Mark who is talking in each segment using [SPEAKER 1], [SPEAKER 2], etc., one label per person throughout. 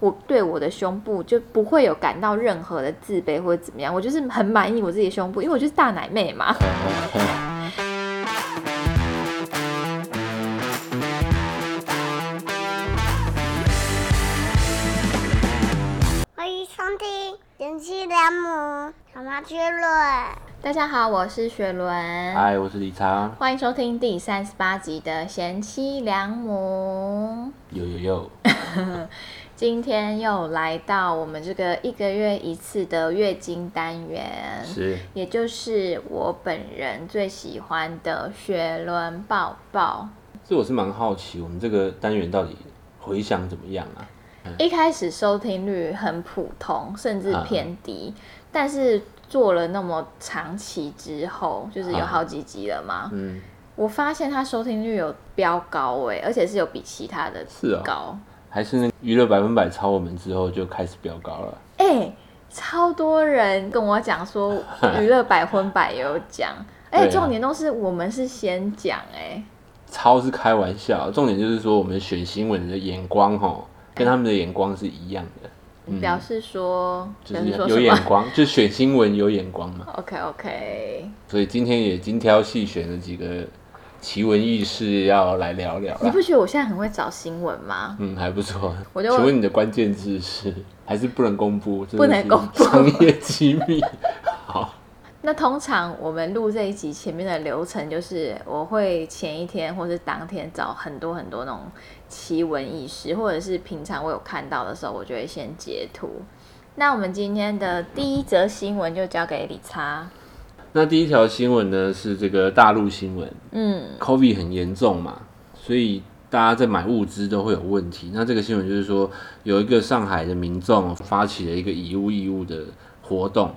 [SPEAKER 1] 我对我的胸部就不会有感到任何的自卑或者怎么样，我就是很满意我自己的胸部，因为我就是大奶妹嘛。
[SPEAKER 2] 欢迎收听《贤妻良母小麻雀论》。
[SPEAKER 1] 大家好，我是雪伦，
[SPEAKER 3] 嗨，我是李昌，
[SPEAKER 1] 欢迎收听第三十八集的贤妻良母。
[SPEAKER 3] 有有 有，
[SPEAKER 1] 今天又来到我们这个一个月一次的月经单元，
[SPEAKER 3] 是
[SPEAKER 1] 也就是我本人最喜欢的雪伦抱抱。
[SPEAKER 3] 这我是蛮好奇，我们这个单元到底回响怎么样啊？
[SPEAKER 1] 一开始收听率很普通，甚至偏低，但是做了那么长期之后，就是有
[SPEAKER 3] 啊
[SPEAKER 1] 好几集了嘛，
[SPEAKER 3] 嗯，
[SPEAKER 1] 我发现它收听率有飙高哎、而且是有比其他的
[SPEAKER 3] 是哦
[SPEAKER 1] 高
[SPEAKER 3] 还是那个娱乐百分百超我们之后就开始飙高了，
[SPEAKER 1] 哎、超多人跟我讲 说娱乐百分百有讲，而且
[SPEAKER 3] 对啊
[SPEAKER 1] 重点都是我们是先讲哎、
[SPEAKER 3] 超是开玩笑，重点就是说我们选新闻的眼光吼，跟他们的眼光是一样的，
[SPEAKER 1] 表示说
[SPEAKER 3] 嗯就
[SPEAKER 1] 表
[SPEAKER 3] 是
[SPEAKER 1] 示说
[SPEAKER 3] 有
[SPEAKER 1] 什
[SPEAKER 3] 眼
[SPEAKER 1] 么
[SPEAKER 3] 光，就选新闻有眼光嘛。
[SPEAKER 1] ？OK OK，
[SPEAKER 3] 所以今天也精挑细选了几个奇闻异事要来聊聊
[SPEAKER 1] 你
[SPEAKER 3] 啦。
[SPEAKER 1] 不觉得我现在很会找新闻吗？
[SPEAKER 3] 嗯，还不错。
[SPEAKER 1] 我就
[SPEAKER 3] 请问你的关键字是还是不能公布？
[SPEAKER 1] 不能公布
[SPEAKER 3] 这是商业机密。 好，
[SPEAKER 1] 那通常我们录这一集前面的流程就是，我会前一天或是当天找很多很多那种奇闻异事，或者是平常我有看到的时候，我就会先截图。那我们今天的第一则新闻就交给理查，
[SPEAKER 3] 那第一条新闻呢是这个大陆新闻
[SPEAKER 1] 嗯，
[SPEAKER 3] ，COVID 很严重嘛，所以大家在买物资都会有问题。那这个新闻就是说，有一个上海的民众发起了一个以物易物的活动，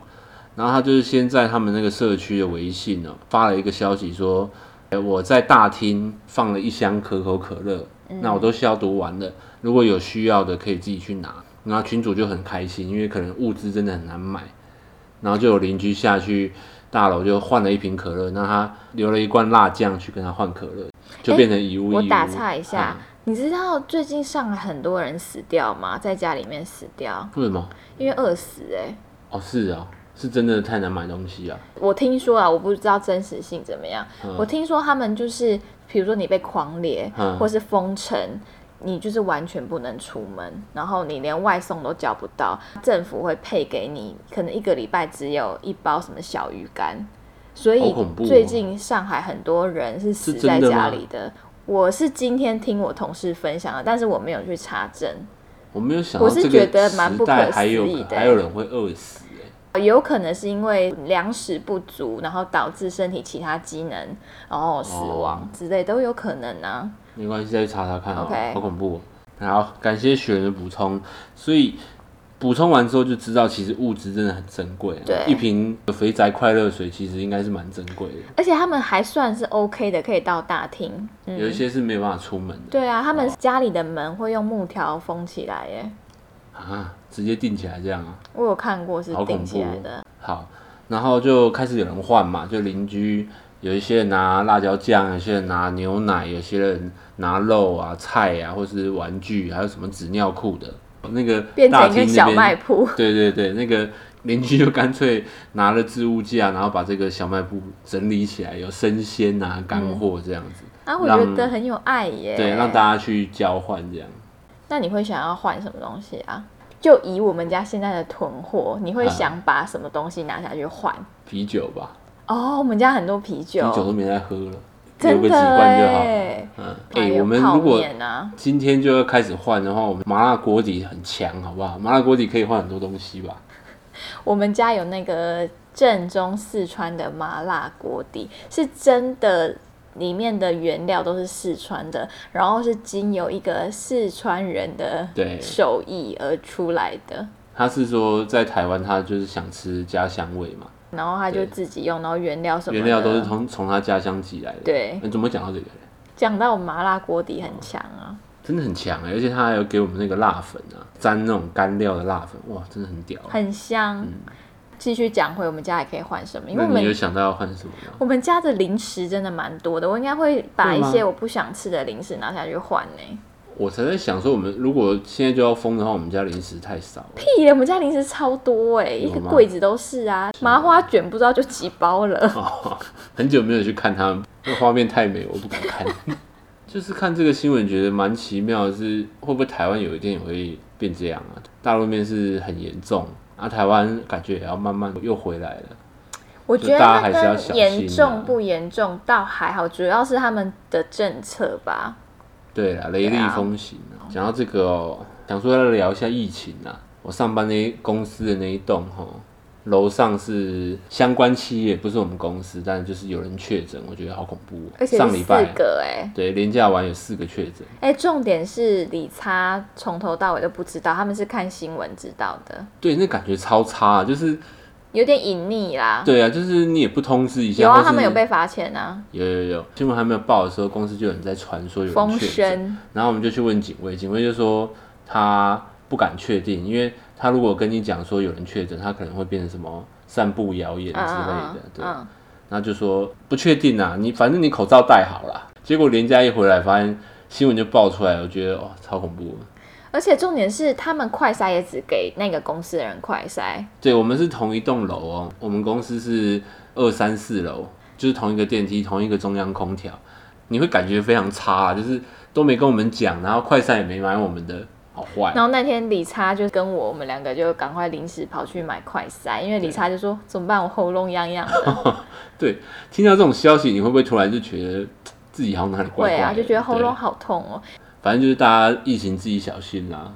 [SPEAKER 3] 然后他就是先在他们那个社区的微信哦发了一个消息说，哎我在大厅放了一箱可口可乐，
[SPEAKER 1] 嗯
[SPEAKER 3] 那我都消毒完了，如果有需要的可以自己去拿。然后群主就很开心，因为可能物资真的很难买，然后就有邻居下去大楼就换了一瓶可乐，那他留了一罐辣酱去跟他换可乐，就变成一物一物。
[SPEAKER 1] 哎我打岔一下，
[SPEAKER 3] 嗯
[SPEAKER 1] 你知道最近上海很多人死掉吗？在家里面死掉，
[SPEAKER 3] 为什么？
[SPEAKER 1] 因为饿死哎、
[SPEAKER 3] 哦，是啊、是真的太难买东西啊。
[SPEAKER 1] 我听说啊，我不知道真实性怎么样。我听说他们就是，比如说你被狂猎、
[SPEAKER 3] 嗯
[SPEAKER 1] 或是封城，你就是完全不能出门，然后你连外送都叫不到，政府会配给你，可能一个礼拜只有一包什么小鱼干。所以
[SPEAKER 3] 好恐怖哦
[SPEAKER 1] 最近上海很多人是死
[SPEAKER 3] 是
[SPEAKER 1] 在
[SPEAKER 3] 真的
[SPEAKER 1] 家
[SPEAKER 3] 吗
[SPEAKER 1] 里的。我是今天听我同事分享的，但是我没有去查证。
[SPEAKER 3] 我没有想到
[SPEAKER 1] 我是
[SPEAKER 3] 这
[SPEAKER 1] 觉
[SPEAKER 3] 个
[SPEAKER 1] 得蛮
[SPEAKER 3] 时
[SPEAKER 1] 不可
[SPEAKER 3] 代还有
[SPEAKER 1] 思议的
[SPEAKER 3] 还有人会饿死、欸，
[SPEAKER 1] 有可能是因为粮食不足，然后导致身体其他机能然后死亡之类都有可能啊。
[SPEAKER 3] 没关系，再去查查看好了
[SPEAKER 1] OK
[SPEAKER 3] 好恐怖、哦。好，感谢雪人的补充，所以补充完之后就知道，其实物资真的很珍贵、啊。
[SPEAKER 1] 对
[SPEAKER 3] 一瓶肥宅快乐水其实应该是蛮珍贵的，
[SPEAKER 1] 而且他们还算是 OK 的，可以到大厅。嗯，
[SPEAKER 3] 有一些是没有办法出门的
[SPEAKER 1] 对啊，他们家里的门会用木条封起来耶，
[SPEAKER 3] 啊，直接定起来这样啊。
[SPEAKER 1] 我有看过是
[SPEAKER 3] 好
[SPEAKER 1] 钉
[SPEAKER 3] 恐怖
[SPEAKER 1] 起来的。
[SPEAKER 3] 好，然后就开始有人换嘛，就邻居有一些人拿辣椒酱，有些人拿牛奶，有些人拿肉啊、菜啊，或是玩具，还有什么纸尿裤的。那个
[SPEAKER 1] 变
[SPEAKER 3] 大
[SPEAKER 1] 成一
[SPEAKER 3] 厅
[SPEAKER 1] 个
[SPEAKER 3] 那
[SPEAKER 1] 小
[SPEAKER 3] 边
[SPEAKER 1] 卖铺，
[SPEAKER 3] 对对对，那个邻居就干脆拿了置物架，然后把这个小卖部整理起来，有生鲜啊、干货这样子，
[SPEAKER 1] 啊，我觉得很有爱耶。
[SPEAKER 3] 对，让大家去交换这样。
[SPEAKER 1] 那你会想要换什么东西啊？就以我们家现在的囤货，你会
[SPEAKER 3] 啊
[SPEAKER 1] 想把什么东西拿下去换？
[SPEAKER 3] 啤酒吧，
[SPEAKER 1] 哦，我们家很多
[SPEAKER 3] 啤酒都没在喝了，留
[SPEAKER 1] 真的
[SPEAKER 3] 个几罐就好了。
[SPEAKER 1] 哎，
[SPEAKER 3] 嗯，
[SPEAKER 1] 还
[SPEAKER 3] 哎、
[SPEAKER 1] 有
[SPEAKER 3] 我们
[SPEAKER 1] 泡
[SPEAKER 3] 如果
[SPEAKER 1] 面啊，
[SPEAKER 3] 今天就要开始换的话，我们麻辣锅底很强，好不好？麻辣锅底可以换很多东西吧？
[SPEAKER 1] 我们家有那个正宗四川的麻辣锅底，是真的。里面的原料都是四川的，然后是经由一个四川人的
[SPEAKER 3] 对
[SPEAKER 1] 手艺而出来的，
[SPEAKER 3] 他是说在台湾，他就是想吃家乡味嘛，
[SPEAKER 1] 然后他就
[SPEAKER 3] 对
[SPEAKER 1] 自己用，然后原料什么的
[SPEAKER 3] 原料都是从从他家乡寄来的。哎
[SPEAKER 1] 对
[SPEAKER 3] 你怎么讲到这个？
[SPEAKER 1] 讲到麻辣锅底很强啊，
[SPEAKER 3] 真的很强哎、而且他还有给我们那个辣粉啊，沾那种干料的辣粉，哇，真的很屌、啊
[SPEAKER 1] 很香。继续讲回我们家还可以换什么，因为
[SPEAKER 3] 嗯那
[SPEAKER 1] 我
[SPEAKER 3] 你有
[SPEAKER 1] 们
[SPEAKER 3] 想到要换什么吗？
[SPEAKER 1] 我们家的零食真的蛮多的，我应该会把
[SPEAKER 3] 会
[SPEAKER 1] 一
[SPEAKER 3] 吗
[SPEAKER 1] 些我不想吃的零食拿下去换呢、
[SPEAKER 3] 我才在想说，我们如果现在就要封的话，我们家零食太少了。
[SPEAKER 1] 屁咧，我们家零食超多哎、一个
[SPEAKER 3] 有吗
[SPEAKER 1] 柜子都是啊，麻花卷不知道就几包 了。
[SPEAKER 3] 哦，很久没有去看他们，那画面太美，我不敢看。 就是看这个新闻，觉得蛮奇妙的是，会不会台湾有一天也会变这样啊？大陆面是很严重，啊，台湾感觉也要慢慢又回来了。
[SPEAKER 1] 我
[SPEAKER 3] 就
[SPEAKER 1] 觉得
[SPEAKER 3] 大家
[SPEAKER 1] 那
[SPEAKER 3] 还是要小
[SPEAKER 1] 跟严
[SPEAKER 3] 心啊
[SPEAKER 1] 重不严重倒还好，主要是他们的政策吧。
[SPEAKER 3] 对啦，雷厉风行啊！讲、到这个哦、想说要聊一下疫情啊。我上班那公司的那一栋哈、楼上是相关企业，不是我们公司，但就是有人确诊，我觉得好恐怖哦、
[SPEAKER 1] 而且
[SPEAKER 3] 上
[SPEAKER 1] 是
[SPEAKER 3] 礼
[SPEAKER 1] 四
[SPEAKER 3] 拜
[SPEAKER 1] 个哎、
[SPEAKER 3] 对连假完有四个确诊，
[SPEAKER 1] 哎、重点是理查从头到尾都不知道，他们是看新闻知道的，
[SPEAKER 3] 对，那感觉超差、啊，就是
[SPEAKER 1] 有点隐匿啦。
[SPEAKER 3] 对啊，就是你也不通知一下，
[SPEAKER 1] 有
[SPEAKER 3] 或
[SPEAKER 1] 啊，
[SPEAKER 3] 是
[SPEAKER 1] 他们有被罚钱啊，
[SPEAKER 3] 有有有新闻还没有报的时候，公司就有人在传说有人
[SPEAKER 1] 风
[SPEAKER 3] 确诊，
[SPEAKER 1] 声。
[SPEAKER 3] 然后我们就去问警卫，警卫就说他不敢确定，因为他如果跟你讲说有人确诊，他可能会变成什么散布谣言之类的，
[SPEAKER 1] 嗯
[SPEAKER 3] 对。
[SPEAKER 1] 嗯，
[SPEAKER 3] 那就说不确定啊，你反正你口罩戴好啦。结果连家一回来，发现新闻就爆出来，我觉得哦，超恐怖的。
[SPEAKER 1] 而且重点是他们快筛也只给那个公司的人快筛，
[SPEAKER 3] 对，我们是同一栋楼哦，我们公司是二三四楼，就是同一个电梯，同一个中央空调，你会感觉非常差、啊，就是都没跟我们讲，然后快餐也没买我们的，好坏
[SPEAKER 1] 然。后那天理查就跟我，我们两个就赶快临时跑去买快塞，因为理查就说怎么办，我喉咙痒痒的，
[SPEAKER 3] 对，听到这种消息，你会不会突然就觉得嘖自己好像哪里怪怪
[SPEAKER 1] 对
[SPEAKER 3] 的？
[SPEAKER 1] 啊，就觉得喉咙
[SPEAKER 3] 对。
[SPEAKER 1] 好痛哦。
[SPEAKER 3] 反正就是大家疫情自己小心啦、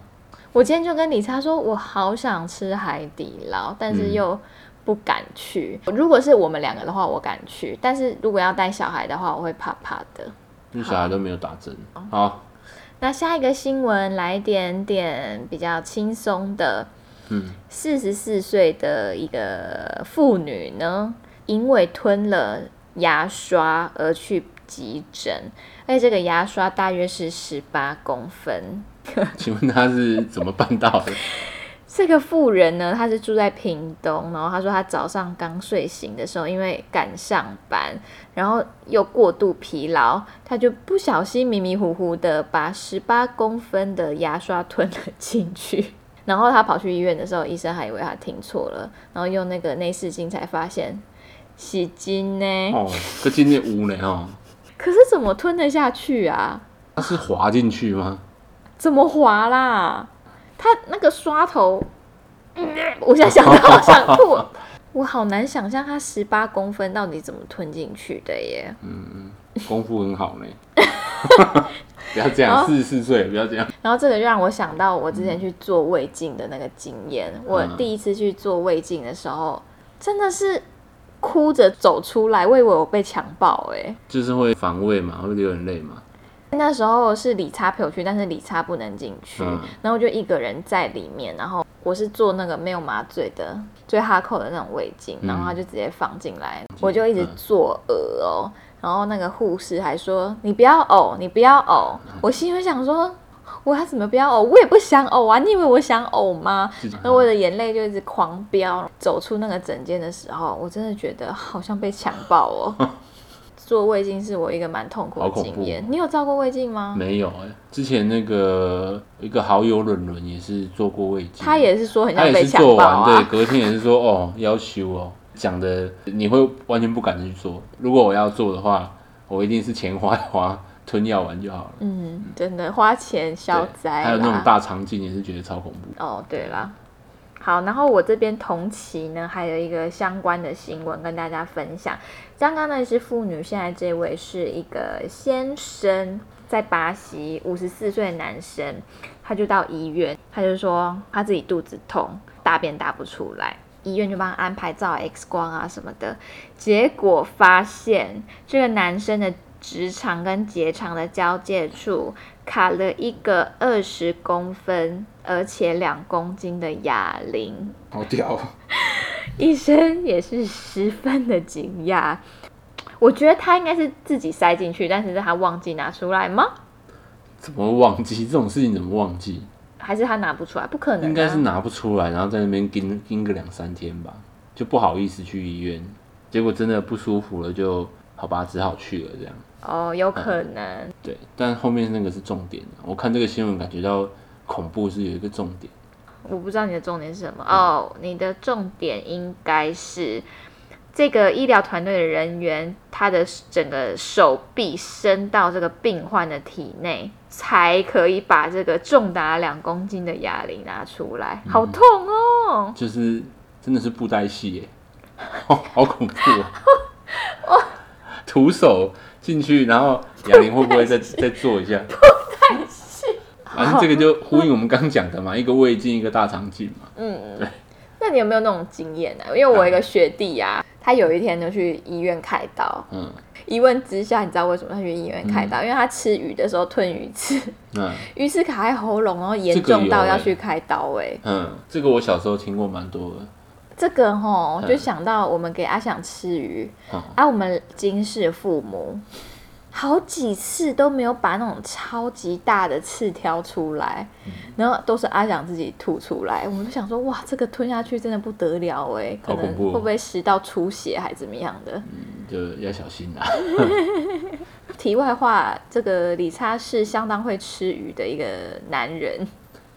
[SPEAKER 1] 我今天就跟理查说，我好想吃海底捞，但是又不敢去。如果是我们两个的话，我敢去；但是如果要带小孩的话，我会怕怕的。
[SPEAKER 3] 因为小孩都没有打针。好，
[SPEAKER 1] 那下一个新闻来一点点比较轻松的，
[SPEAKER 3] 嗯，
[SPEAKER 1] 四十四岁的一个妇女呢，因为吞了牙刷而去急诊，而且这个牙刷大约是十八公分。
[SPEAKER 3] 请问他是怎么办到 的？
[SPEAKER 1] 这个妇人呢，她是住在屏东，然后她说她早上刚睡醒的时候，因为赶上班，然后又过度疲劳，她就不小心迷迷糊糊的把十八公分的牙刷吞了进去。然后她跑去医院的时候，医生还以为她听错了，然后用那个内视镜才发现洗精呢。
[SPEAKER 3] 哦，这今天无呢哦，
[SPEAKER 1] 可是怎么吞得下去啊？
[SPEAKER 3] 他是滑进去吗？
[SPEAKER 1] 怎么滑啦？他那个刷头，嗯我现在想到我想吐，我好难想象他十八公分到底怎么吞进去的耶。
[SPEAKER 3] 功夫很好呢。 不要这
[SPEAKER 1] 好
[SPEAKER 3] 样，四十四岁了不要这样。
[SPEAKER 1] 然后这个让我想到我之前去做胃镜的那个经验，我第一次去做胃镜的时候，真的是哭着走出来，我以为我被强暴哎。
[SPEAKER 3] 就是会防卫嘛，会流眼泪嘛。
[SPEAKER 1] 那时候是理查陪我去，但是理查不能进去，
[SPEAKER 3] 嗯
[SPEAKER 1] 然后我就一个人在里面，然后我是做那个没有麻醉的最哈扣的那种胃镜，
[SPEAKER 3] 嗯
[SPEAKER 1] 然后他就直接放进来，我就一直做呕哦，然后那个护士还说你不要呕，你不要呕，我心里想说。我要怎么不要呕？我也不想呕啊！你以为我想呕吗？
[SPEAKER 3] 自己
[SPEAKER 1] 那我的眼泪就一直狂飙。走出那个诊间的时候，我真的觉得好像被强暴 哦。做胃镜是我一个蛮痛苦的
[SPEAKER 3] 好恐
[SPEAKER 1] 经
[SPEAKER 3] 怖
[SPEAKER 1] 验。你有照过胃镜吗？
[SPEAKER 3] 没有哎、之前那个一个好友伦伦也是做过胃镜，
[SPEAKER 1] 他也是说很
[SPEAKER 3] 他
[SPEAKER 1] 像
[SPEAKER 3] 也
[SPEAKER 1] 被
[SPEAKER 3] 是
[SPEAKER 1] 强
[SPEAKER 3] 做
[SPEAKER 1] 暴
[SPEAKER 3] 完，对，
[SPEAKER 1] 啊。
[SPEAKER 3] 隔天也是说哦要修哦，讲的你会完全不敢去做。如果我要做的话，我一定是钱花一花， 吞药丸就好了。
[SPEAKER 1] 嗯，真的花钱消
[SPEAKER 3] 对
[SPEAKER 1] 灾
[SPEAKER 3] 还有那种
[SPEAKER 1] 啦。
[SPEAKER 3] 大肠镜也是觉得超恐怖。
[SPEAKER 1] 哦，对啦。好，然后我这边同期呢，还有一个相关的新闻跟大家分享。刚刚那是妇女，现在这位是一个先生，在巴西，五十四岁的男生，他就到医院，他就说他自己肚子痛，大便大不出来，医院就帮他安排照 X 光啊什么的，结果发现这个男生的直肠跟结肠的交界处卡了一个二十公分，而且两公斤的哑铃。
[SPEAKER 3] 好屌、
[SPEAKER 1] 医生也是十分的惊讶，我觉得他应该是自己塞进去，但是他忘记拿出来吗？
[SPEAKER 3] 怎么会忘记这种事情？怎么忘记？
[SPEAKER 1] 还是他拿不出来？不可能、啊，
[SPEAKER 3] 应该是拿不出来，然后在那边盯盯个两三天吧，就不好意思去医院，结果真的不舒服了就好吧，只好去了这样。
[SPEAKER 1] 哦，有可能。
[SPEAKER 3] 对，但后面那个是重点，啊我看这个新闻感觉到恐怖是有一个重点，
[SPEAKER 1] 我不知道你的重点是什么哦，你的重点应该是这个医疗团队的人员，他的整个手臂伸到这个病患的体内，才可以把这个重达两公斤的哑铃拿出来，
[SPEAKER 3] 嗯
[SPEAKER 1] 好痛哦！
[SPEAKER 3] 就是真的是布袋戏耶， 好好恐怖哦！徒手进去，然后哑铃会不会再再做一下？反正这个就呼应我们刚讲的嘛，一个胃镜，一个大肠镜嘛。
[SPEAKER 1] 那你有没有那种经验呢、啊？因为我有一个学弟啊，他有一天就去医院开刀，
[SPEAKER 3] 嗯，
[SPEAKER 1] 一问之下，你知道为什么他去医院开刀？因为他吃鱼的时候吞鱼刺，
[SPEAKER 3] 那
[SPEAKER 1] 鱼刺卡在喉咙，然后
[SPEAKER 3] 这
[SPEAKER 1] 严
[SPEAKER 3] 个有
[SPEAKER 1] 重到要
[SPEAKER 3] 欸
[SPEAKER 1] 去开刀、欸。哎、
[SPEAKER 3] 嗯，这个我小时候听过蛮多的。
[SPEAKER 1] 这个吼，
[SPEAKER 3] 嗯
[SPEAKER 1] 就想到我们给阿想吃鱼，
[SPEAKER 3] 嗯
[SPEAKER 1] 啊，我们金氏父母好几次都没有把那种超级大的刺挑出来，
[SPEAKER 3] 嗯
[SPEAKER 1] 然后都是阿想自己吐出来。我们就想说，哇，这个吞下去真的不得了哎，可
[SPEAKER 3] 好
[SPEAKER 1] 能
[SPEAKER 3] 恐怖哦嗯
[SPEAKER 1] 会不会食道出血还怎么样的？
[SPEAKER 3] 就要小心啊 啦、
[SPEAKER 1] 题外话，这个理查是相当会吃鱼的一个男人，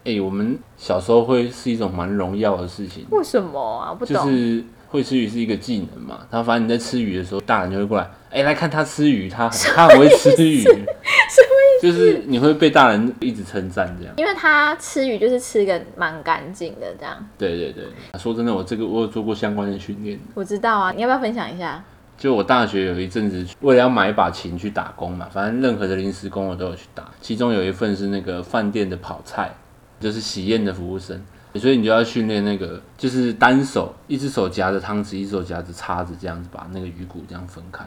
[SPEAKER 3] 哎、我们小时候会是一种蛮荣耀的事情，
[SPEAKER 1] 为什么啊？不
[SPEAKER 3] 就
[SPEAKER 1] 懂。
[SPEAKER 3] 是会吃鱼是一个技能嘛。他反正你在吃鱼的时候，大人就会过来，哎、来看他吃鱼，他很他很会吃鱼，就是你会被大人一直称赞这样。
[SPEAKER 1] 因为他吃鱼就是吃个蛮干净的这样，
[SPEAKER 3] 对对对，说真的，我这个我有做过相关的训练。
[SPEAKER 1] 我知道啊，你要不要分享一下？
[SPEAKER 3] 就我大学有一阵子，为了要买一把琴去打工嘛，反正任何的临时工我都有去打。其中有一份是那个饭店的跑菜，就是喜宴的服务生，所以你就要训练那个，就是单手，一只手夹着汤匙，一只手夹着叉子，这样子把那个鱼骨这样分开。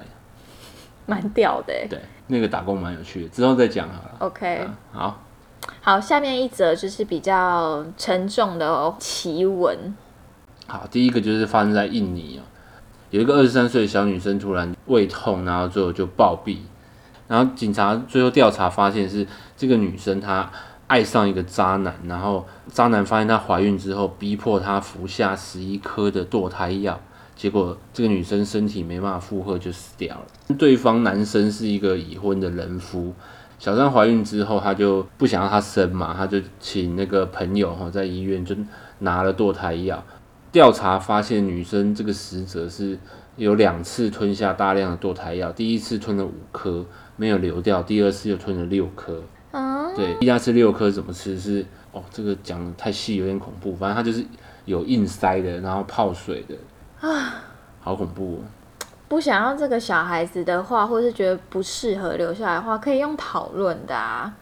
[SPEAKER 1] 蛮屌的欸、
[SPEAKER 3] 对，那个打工蛮有趣的，之后再讲好了。
[SPEAKER 1] OK，
[SPEAKER 3] 嗯好，
[SPEAKER 1] 好，下面一则就是比较沉重的奇闻，
[SPEAKER 3] 好，第一个就是发生在印尼哦，有一个二十三岁的小女生突然胃痛，然后最后就暴毙，然后警察最后调查发现是这个女生她爱上一个渣男，然后渣男发现她怀孕之后，逼迫她服下十一颗的堕胎药。结果这个女生身体没办法负荷就死掉了。对方男生是一个已婚的人夫，小三怀孕之后，她就不想让她生嘛，她就请那个朋友哈在医院就拿了堕胎药，调查发现，女生这个死者是有两次吞下大量的堕胎药，第一次吞了五颗没有流掉，第二次又吞了六颗。
[SPEAKER 1] 嗯，
[SPEAKER 3] 对，第二次六颗怎么吃是哦，这个讲的太细有点恐怖，反正它就是有硬塞的，然后泡水的啊，好恐怖、哦。
[SPEAKER 1] 不想要这个小孩子的话，或是觉得不适合留下来的话，可以用讨论的啊。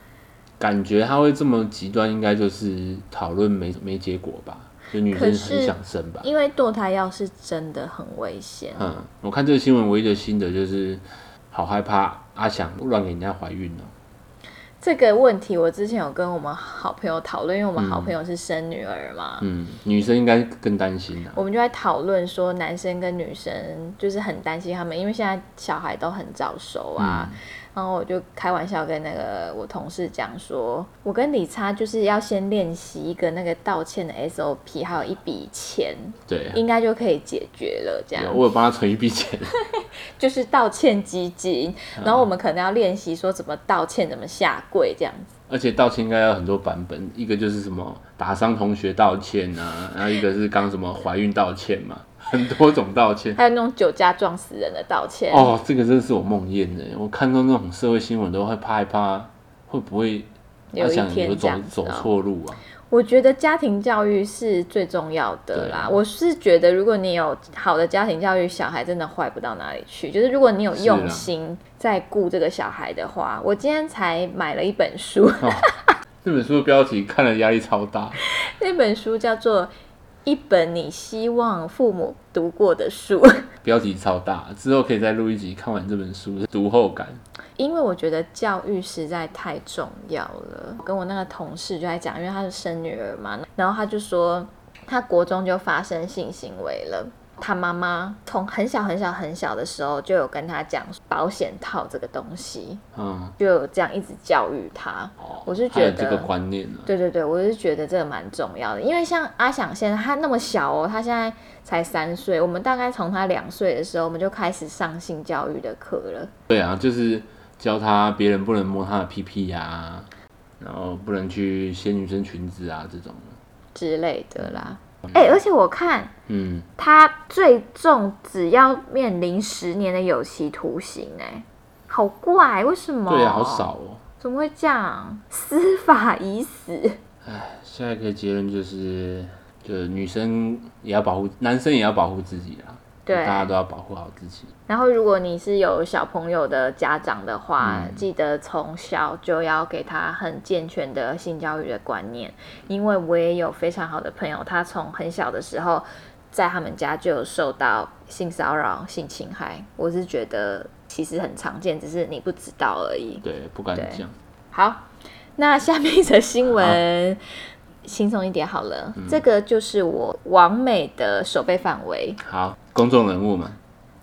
[SPEAKER 3] 感觉他会这么极端，应该就是讨论没没结果吧？就女生
[SPEAKER 1] 可是
[SPEAKER 3] 很想生吧？
[SPEAKER 1] 因为堕胎药是真的很危险，
[SPEAKER 3] 嗯，我看这个新闻唯一的心得就是，好害怕阿翔乱给人家怀孕了、
[SPEAKER 1] 这个问题我之前有跟我们好朋友讨论，因为我们好朋友是生女儿嘛，
[SPEAKER 3] 嗯，女生应该更担心啊。
[SPEAKER 1] 我们就在讨论说男生跟女生就是很担心他们，因为现在小孩都很早熟啊。然后我就开玩笑跟那个我同事讲说，我跟李差就是要先练习一个那个道歉的 SOP，还有一笔钱，
[SPEAKER 3] 对，啊
[SPEAKER 1] 应啊该就可以解决了。这样
[SPEAKER 3] 有我有帮她存一笔钱。
[SPEAKER 1] 就是道歉基金，然后我们可能要练习说怎么道歉，怎么下跪这样子。
[SPEAKER 3] 而且道歉应该有很多版本，一个就是什么打伤同学道歉啊，然后一个是刚什么怀孕道歉嘛， 很多种道歉。
[SPEAKER 1] 还有那种酒驾撞死人的道歉，
[SPEAKER 3] 哦，这个真是我梦魇的，我看到那种社会新闻都会怕一怕，会不会
[SPEAKER 1] 有一
[SPEAKER 3] 想
[SPEAKER 1] 天
[SPEAKER 3] 有
[SPEAKER 1] 这
[SPEAKER 3] 走
[SPEAKER 1] 样子
[SPEAKER 3] 走
[SPEAKER 1] 哦
[SPEAKER 3] 错路啊？
[SPEAKER 1] 我觉得家庭教育是最重要的啦。
[SPEAKER 3] 对
[SPEAKER 1] 我是觉得，如果你有好的家庭教育，小孩真的坏不到哪里去。就是如果你有用心在顾这个小孩的话，我今天才买了一本书，
[SPEAKER 3] 哦 这本书的标题看了压力超大，
[SPEAKER 1] 那本书叫做《一本你希望父母读过的书》，
[SPEAKER 3] 标题超大，之后可以再录一集看完这本书的读后感。
[SPEAKER 1] 因为我觉得教育实在太重要了。我跟我那个同事就在讲，因为她是生女儿嘛，然后她就说她国中就发生性行为了。他妈妈从很小很小很小的时候就有跟他讲保险套这个东西，
[SPEAKER 3] 嗯，
[SPEAKER 1] 就有这样一直教育他。
[SPEAKER 3] 哦
[SPEAKER 1] 我是
[SPEAKER 3] 还有
[SPEAKER 1] 觉得
[SPEAKER 3] 这个观念啊呢、
[SPEAKER 1] 对对对，我是觉得这个蛮重要的，因为像阿想现在他那么小哦，他现在才三岁，我们大概从他两岁的时候，我们就开始上性教育的课了。
[SPEAKER 3] 对啊，就是教他别人不能摸他的屁屁呀、然后不能去掀女生裙子啊这种的
[SPEAKER 1] 之类的啦。哎、而且我看
[SPEAKER 3] 嗯，
[SPEAKER 1] 他最重只要面临十年的有期徒刑、哎，好怪，为什么？
[SPEAKER 3] 对啊，好，少哦。
[SPEAKER 1] 怎么会这样？司法已死，
[SPEAKER 3] 下一个结论就是，就是女生也要保护，男生也要保护自己啦。
[SPEAKER 1] 对
[SPEAKER 3] 大家都要保护好自己。
[SPEAKER 1] 然后，如果你是有小朋友的家长的话，记得从小就要给他很健全的性教育的观念。因为我也有非常好的朋友，他从很小的时候，在他们家就有受到性骚扰、性侵害。我是觉得其实很常见，只是你不知道而已。
[SPEAKER 3] 对，不敢
[SPEAKER 1] 对
[SPEAKER 3] 讲。
[SPEAKER 1] 好，那下面一则新闻，轻松一点好了。这个就是我完美的手背范围。
[SPEAKER 3] 好，公众人物嘛，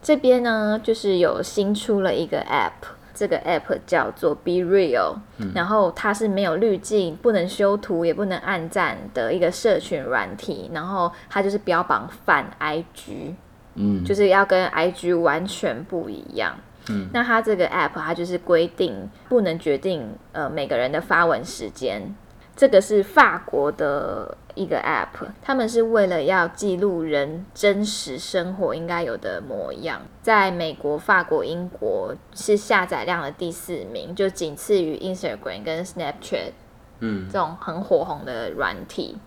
[SPEAKER 1] 这边呢，就是有新出了一个 app，这个 app 叫做 Be Real，、然后它是没有滤镜、不能修图、也不能暗赞的一个社群软体，然后它就是标榜反 IG，
[SPEAKER 3] 嗯，
[SPEAKER 1] 就是要跟 IG 完全不一样。
[SPEAKER 3] 嗯，
[SPEAKER 1] 那它这个 app 它就是规定不能决定呃每个人的发文时间，这个是法国的一个 app，他们是为了要记录人真实生活应该有的模样，在美国、法国、英国是下载量的第四名，就仅次于 Instagram 跟 Snapchat
[SPEAKER 3] 嗯
[SPEAKER 1] 这种很火红的软体。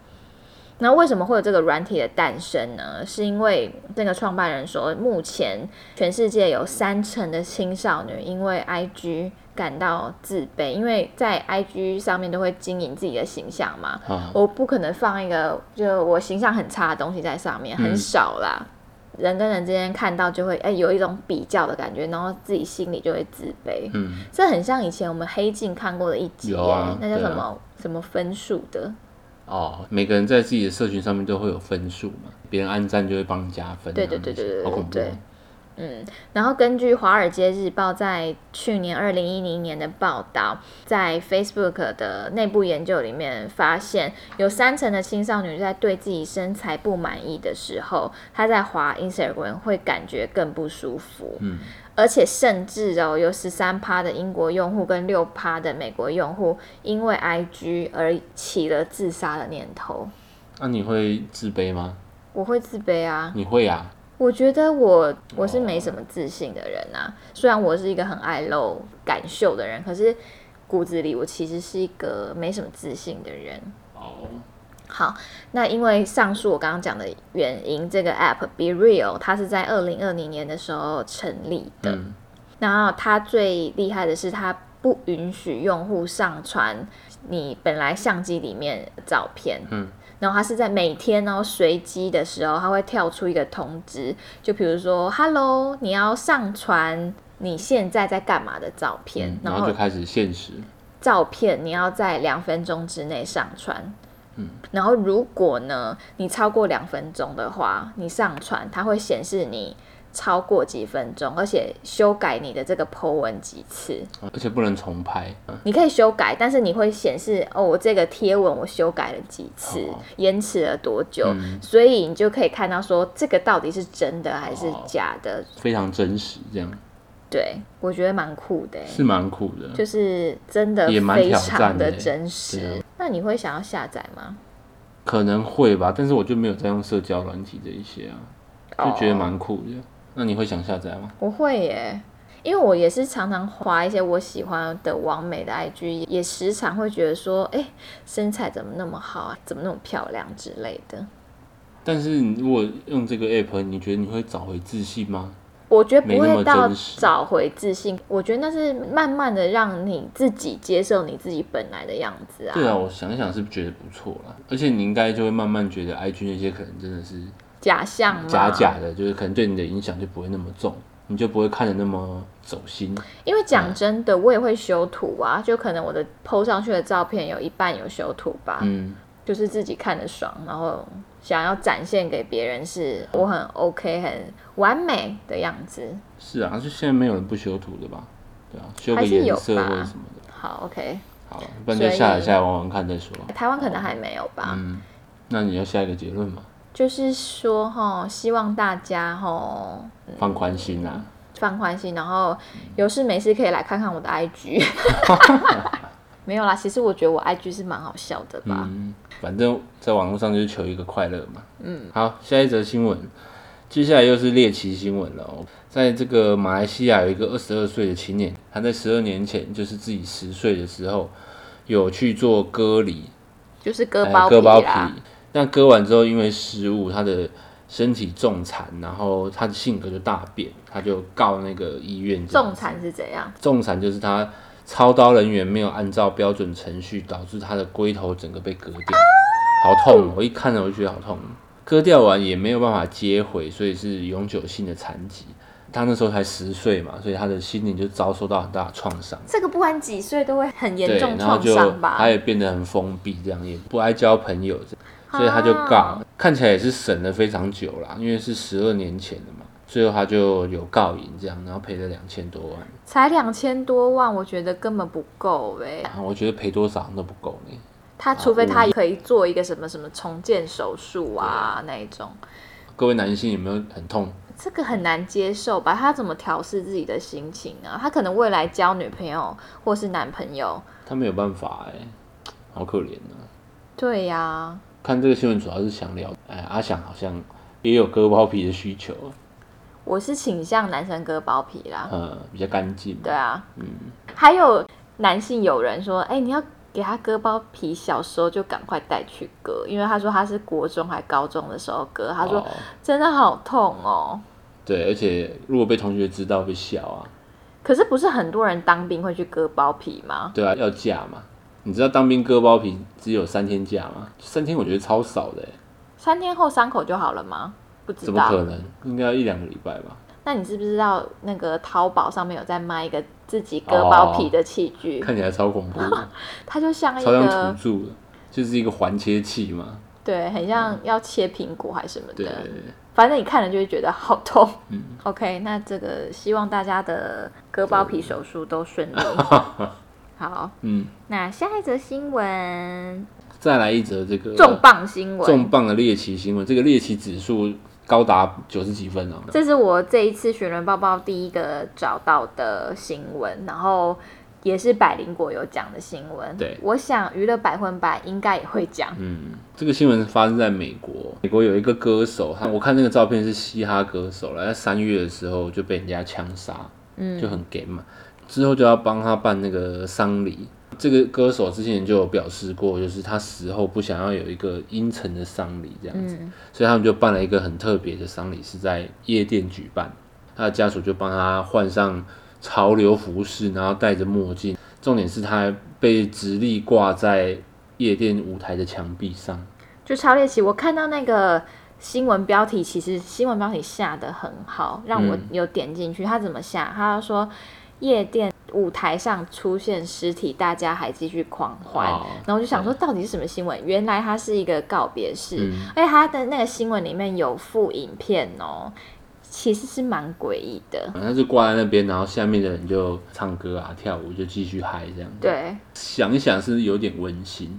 [SPEAKER 1] 那为什么会有这个软体的诞生呢？是因为这个创办人说，目前全世界有三成的青少年因为 IG 感到自卑，因为在 IG 上面都会经营自己的形象嘛。
[SPEAKER 3] 啊，
[SPEAKER 1] 我不可能放一个就我形象很差的东西在上面，
[SPEAKER 3] 嗯
[SPEAKER 1] 很少啦。人跟人之间看到就会哎、有一种比较的感觉，然后自己心里就会自卑。
[SPEAKER 3] 嗯，
[SPEAKER 1] 这很像以前我们黑镜看过的一集耶，
[SPEAKER 3] 有啊
[SPEAKER 1] 那叫
[SPEAKER 3] 对啊
[SPEAKER 1] 什么、什么分数的？
[SPEAKER 3] 哦，每个人在自己的社群上面都会有分数嘛，别人按赞就会帮你加分啊、
[SPEAKER 1] 对对对对对
[SPEAKER 3] 好恐怖哦、
[SPEAKER 1] 对然后根据《华尔街日报》在去年二零一零年的报道，在 Facebook 的内部研究里面发现，有三成的青少年在对自己身材不满意的时候，他在滑 Instagram 会感觉更不舒服。
[SPEAKER 3] 嗯，
[SPEAKER 1] 而且甚至哦，有十三趴的英国用户跟六趴的美国用户，因为 IG 而起了自杀的念头。
[SPEAKER 3] 那、你会自卑吗？
[SPEAKER 1] 我会自卑啊，
[SPEAKER 3] 你会啊，
[SPEAKER 1] 我觉得我我是没什么自信的人啊，虽然我是一个很爱露感秀的人，可是骨子里我其实是一个没什么自信的人。
[SPEAKER 3] 哦，
[SPEAKER 1] 好，那因为上述我刚刚讲的原因，这个 app Be Real 它是在二零二零年的时候成立的，
[SPEAKER 3] 嗯
[SPEAKER 1] 然后它最厉害的是它不允许用户上传你本来相机里面的照片，
[SPEAKER 3] 嗯，
[SPEAKER 1] 然后它是在每天哦随机的时候，它会跳出一个通知，就比如说 “Hello，你要上传你现在在干嘛的照片”，
[SPEAKER 3] 嗯，
[SPEAKER 1] 然
[SPEAKER 3] 然
[SPEAKER 1] 后
[SPEAKER 3] 后就开始现实，
[SPEAKER 1] 照片你要在两分钟之内上传。然后如果呢，你超过两分钟的话，你上传它会显示你超过几分钟，而且修改你的这个 po 文几次。
[SPEAKER 3] 啊而且不能重拍，嗯
[SPEAKER 1] 你可以修改，但是你会显示哦，我这个贴文我修改了几次，
[SPEAKER 3] 哦嗯
[SPEAKER 1] 延迟了多久，所以你就可以看到说这个到底是真的还是
[SPEAKER 3] 哦
[SPEAKER 1] 假的。
[SPEAKER 3] 非常真实，这样
[SPEAKER 1] 对，我觉得蛮酷的欸，
[SPEAKER 3] 是蛮酷的。
[SPEAKER 1] 就是真的
[SPEAKER 3] 也蛮
[SPEAKER 1] 非
[SPEAKER 3] 挑
[SPEAKER 1] 常
[SPEAKER 3] 战的
[SPEAKER 1] 的
[SPEAKER 3] 欸
[SPEAKER 1] 真实。
[SPEAKER 3] 对啊
[SPEAKER 1] 那你会想要下载吗？
[SPEAKER 3] 可能会吧，但是我就没有在用社交软体这一些啊，就觉得
[SPEAKER 1] 哦
[SPEAKER 3] 蛮酷的。那你会想下载吗？
[SPEAKER 1] 我会耶，因为我也是常常滑一些我喜欢的完美的 IG，也时常会觉得说，哎、身材怎么那么好啊，怎么那么漂亮之类的。
[SPEAKER 3] 但是你如果用这个 app，你觉得你会找回自信吗？
[SPEAKER 1] 我觉得不
[SPEAKER 3] 没那
[SPEAKER 1] 会
[SPEAKER 3] 么
[SPEAKER 1] 到
[SPEAKER 3] 真实
[SPEAKER 1] 找回自信，我觉得那是慢慢的让你自己接受你自己本来的样子啊。
[SPEAKER 3] 对啊，我想一想是觉得不错啦，而且你应该就会慢慢觉得 IG 那些可能真的是
[SPEAKER 1] 假象嘛，
[SPEAKER 3] 假假的，就是可能对你的影响就不会那么重，你就不会看得那么走心。
[SPEAKER 1] 因为
[SPEAKER 3] 嗯
[SPEAKER 1] 讲真啊的，我也会修图啊，就可能我的 PO 上去的照片有一半有修图吧，
[SPEAKER 3] 嗯，
[SPEAKER 1] 就是自己看的爽，然后想要展现给别人是我很 OK 很完美的样子。
[SPEAKER 3] 是啊，就现在没有人不修图的吧？对啊，修个
[SPEAKER 1] 还是有
[SPEAKER 3] 颜色
[SPEAKER 1] 吧
[SPEAKER 3] 或者什么的。
[SPEAKER 1] 好，OK，
[SPEAKER 3] 好了，不然就
[SPEAKER 1] 所以
[SPEAKER 3] 下载下来玩玩看再说。
[SPEAKER 1] 台湾可能还没有吧。
[SPEAKER 3] 嗯，那你要下一个结论嘛？
[SPEAKER 1] 就是说哈，希望大家哈
[SPEAKER 3] 放宽心啦、啊。
[SPEAKER 1] 放宽心，然后有事没事可以来看看我的 IG。没有啦，其实我觉得我 IG 是蛮好笑的吧。
[SPEAKER 3] 嗯，反正在网络上就是求一个快乐嘛。嗯，好，下一则新闻，接下来又是猎奇新闻了、哦。在这个马来西亚有一个二十二岁的青年，他在十二年前，就是自己十岁的时候，有去做割礼，
[SPEAKER 1] 就是割呃
[SPEAKER 3] 哎
[SPEAKER 1] 包皮
[SPEAKER 3] 割包皮
[SPEAKER 1] 啦，。
[SPEAKER 3] 但割完之后，因为失误，他的身体重残，然后他的性格就大变，他就告那个医院这样
[SPEAKER 1] 重
[SPEAKER 3] 子
[SPEAKER 1] 残是怎样？
[SPEAKER 3] 重残就是他操刀人员没有按照标准程序，导致他的龟头整个被割掉，好痛！哦我一看了我就觉得好痛。哦割掉完也没有办法接回，所以是永久性的残疾。他那时候才十岁嘛，所以他的心灵就遭受到很大的创伤。
[SPEAKER 1] 这个不管几岁都会很严
[SPEAKER 3] 对，
[SPEAKER 1] 重
[SPEAKER 3] 然后
[SPEAKER 1] 创
[SPEAKER 3] 就
[SPEAKER 1] 伤吧
[SPEAKER 3] 他？也变得很封闭，这样也不爱交朋友，所以他就告，
[SPEAKER 1] 啊
[SPEAKER 3] 看起来也是审了非常久啦，因为是十二年前的嘛。最后他就有告赢这样，然后赔了两千多万。
[SPEAKER 1] 才两千多万，我觉得根本不够哎、
[SPEAKER 3] 啊，我觉得赔多少好像都不够呢。
[SPEAKER 1] 他除
[SPEAKER 3] 哦
[SPEAKER 1] 非他可以做一个什么什么重建手术啊那一种，
[SPEAKER 3] 各位男性有没有很痛？
[SPEAKER 1] 这个很难接受吧？他怎么调试自己的心情啊？他可能未来交女朋友或是男朋友，
[SPEAKER 3] 他没有办法哎、好可怜啊！
[SPEAKER 1] 对呀、
[SPEAKER 3] 看这个新闻主要是想聊，哎，阿翔好像也有割包皮的需求，
[SPEAKER 1] 我是倾向男生割包皮啦，
[SPEAKER 3] 呃，比较干净嘛。
[SPEAKER 1] 对啊，
[SPEAKER 3] 嗯，
[SPEAKER 1] 还有男性友人说，哎、你要给他割包皮，小时候就赶快带去割，因为他说他是国中还高中的时候割，他说
[SPEAKER 3] 哦
[SPEAKER 1] 真的好痛哦。
[SPEAKER 3] 对，而且如果被同学知道被笑啊，
[SPEAKER 1] 可是不是很多人当兵会去割包皮吗？
[SPEAKER 3] 对啊，要假嘛。你知道当兵割包皮只有三天假吗？三天我觉得超少的、欸，
[SPEAKER 1] 三天后伤口就好了吗？不知
[SPEAKER 3] 怎么
[SPEAKER 1] 道
[SPEAKER 3] 可。能？应该要一两个礼拜吧。
[SPEAKER 1] 那你知不知道那个淘宝上面有在卖一个自己割包皮的器具？
[SPEAKER 3] 看起来超恐怖 的，
[SPEAKER 1] 它就像一
[SPEAKER 3] 哦超像土
[SPEAKER 1] 个
[SPEAKER 3] 著的，就是一个环切器嘛。
[SPEAKER 1] 对，很像要切苹果还是什么
[SPEAKER 3] 对，
[SPEAKER 1] 的。反正你看了就会觉得好痛。
[SPEAKER 3] 嗯
[SPEAKER 1] OK，那这个希望大家的割包皮手术都顺 利。好，
[SPEAKER 3] 嗯，
[SPEAKER 1] 那下一则新闻，
[SPEAKER 3] 再来一则这个
[SPEAKER 1] 重磅新
[SPEAKER 3] 重
[SPEAKER 1] 闻，
[SPEAKER 3] 磅的猎奇新闻，这个猎奇指数高达九十几分哦。
[SPEAKER 1] 这是我这一次寻人报报第一个找到的新闻，然后也是百灵果有讲的新闻。
[SPEAKER 3] 对
[SPEAKER 1] 我想娱乐百分百应该也会讲。
[SPEAKER 3] 嗯，这个新闻发生在美国，美国有一个歌手，他我看那个照片是嘻哈歌手了，在三月的时候就被人家枪杀，
[SPEAKER 1] 嗯
[SPEAKER 3] 就很 gay 嘛。之后就要帮他办那个丧礼。这个歌手之前就有表示过，就是他死后不想要有一个阴沉的丧礼这样子，
[SPEAKER 1] 嗯
[SPEAKER 3] 所以他们就办了一个很特别的丧礼，是在夜店举办。他的家属就帮他换上潮流服饰，然后戴着墨镜。重点是他还被直立挂在夜店舞台的墙壁上。
[SPEAKER 1] 就超猎奇。我看到那个新闻标题，其实新闻标题下的很好，让我
[SPEAKER 3] 嗯
[SPEAKER 1] 有点进去。他怎么下？他说夜店舞台上出现尸体，大家还继续狂欢。
[SPEAKER 3] 哦
[SPEAKER 1] 然后我就想说，到底是什么新闻？原来它是一个告别式，
[SPEAKER 3] 嗯
[SPEAKER 1] 而且他的那个新闻里面有附影片哦，其实是蛮诡异的。
[SPEAKER 3] 反正就挂在那边，然后下面的人就唱歌啊、跳舞，就继续嗨这样。，
[SPEAKER 1] 对，
[SPEAKER 3] 想一想是有点温馨，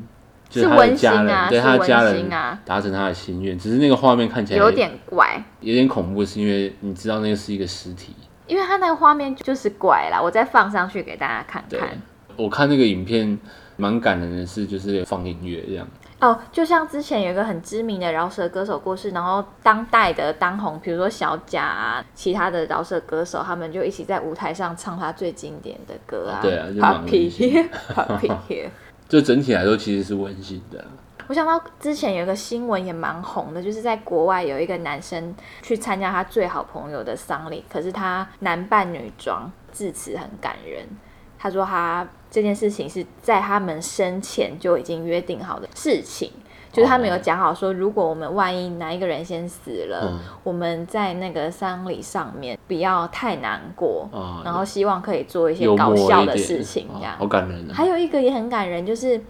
[SPEAKER 3] 就是他的
[SPEAKER 1] 温馨
[SPEAKER 3] 家人、
[SPEAKER 1] 啊
[SPEAKER 3] 对
[SPEAKER 1] 是
[SPEAKER 3] 他的家
[SPEAKER 1] 温
[SPEAKER 3] 人
[SPEAKER 1] 馨啊
[SPEAKER 3] 达成他的心愿，只是那个画面看起来
[SPEAKER 1] 有点怪。
[SPEAKER 3] 有点恐怖，是因为你知道那个是一个尸体。
[SPEAKER 1] 因为他那个画面就是怪啦，我再放上去给大家看
[SPEAKER 3] 对
[SPEAKER 1] 看。，
[SPEAKER 3] 我看那个影片蛮感人的是，就是放音乐这样。
[SPEAKER 1] 哦，就像之前有一个很知名的饶舌歌手过世，然后当代的当红，比如说小贾啊，其他的饶舌歌手，他们就一起在舞台上唱他最经典的歌啊，
[SPEAKER 3] 对啊就蛮
[SPEAKER 1] Happy
[SPEAKER 3] 温 馨
[SPEAKER 1] Here, Happy Here。
[SPEAKER 3] 就整体来说其实是温馨的啊。
[SPEAKER 1] 我想到之前有一个新闻也蛮红的，就是在国外有一个男生去参加他最好朋友的丧礼，可是他男扮女装，致辞很感人。他说他这件事情是在他们生前就已经约定好的事情，就是他们有讲好说，如果我们万一哪一个人先死了，
[SPEAKER 3] 嗯
[SPEAKER 1] 我们在那个丧礼上面不要太难过，
[SPEAKER 3] 啊
[SPEAKER 1] 然后希望可以做一些
[SPEAKER 3] 幽
[SPEAKER 1] 搞
[SPEAKER 3] 默
[SPEAKER 1] 笑
[SPEAKER 3] 一
[SPEAKER 1] 的
[SPEAKER 3] 点嗯
[SPEAKER 1] 事情，这样
[SPEAKER 3] 啊。好感人啊！
[SPEAKER 1] 还有一个也很感人，就是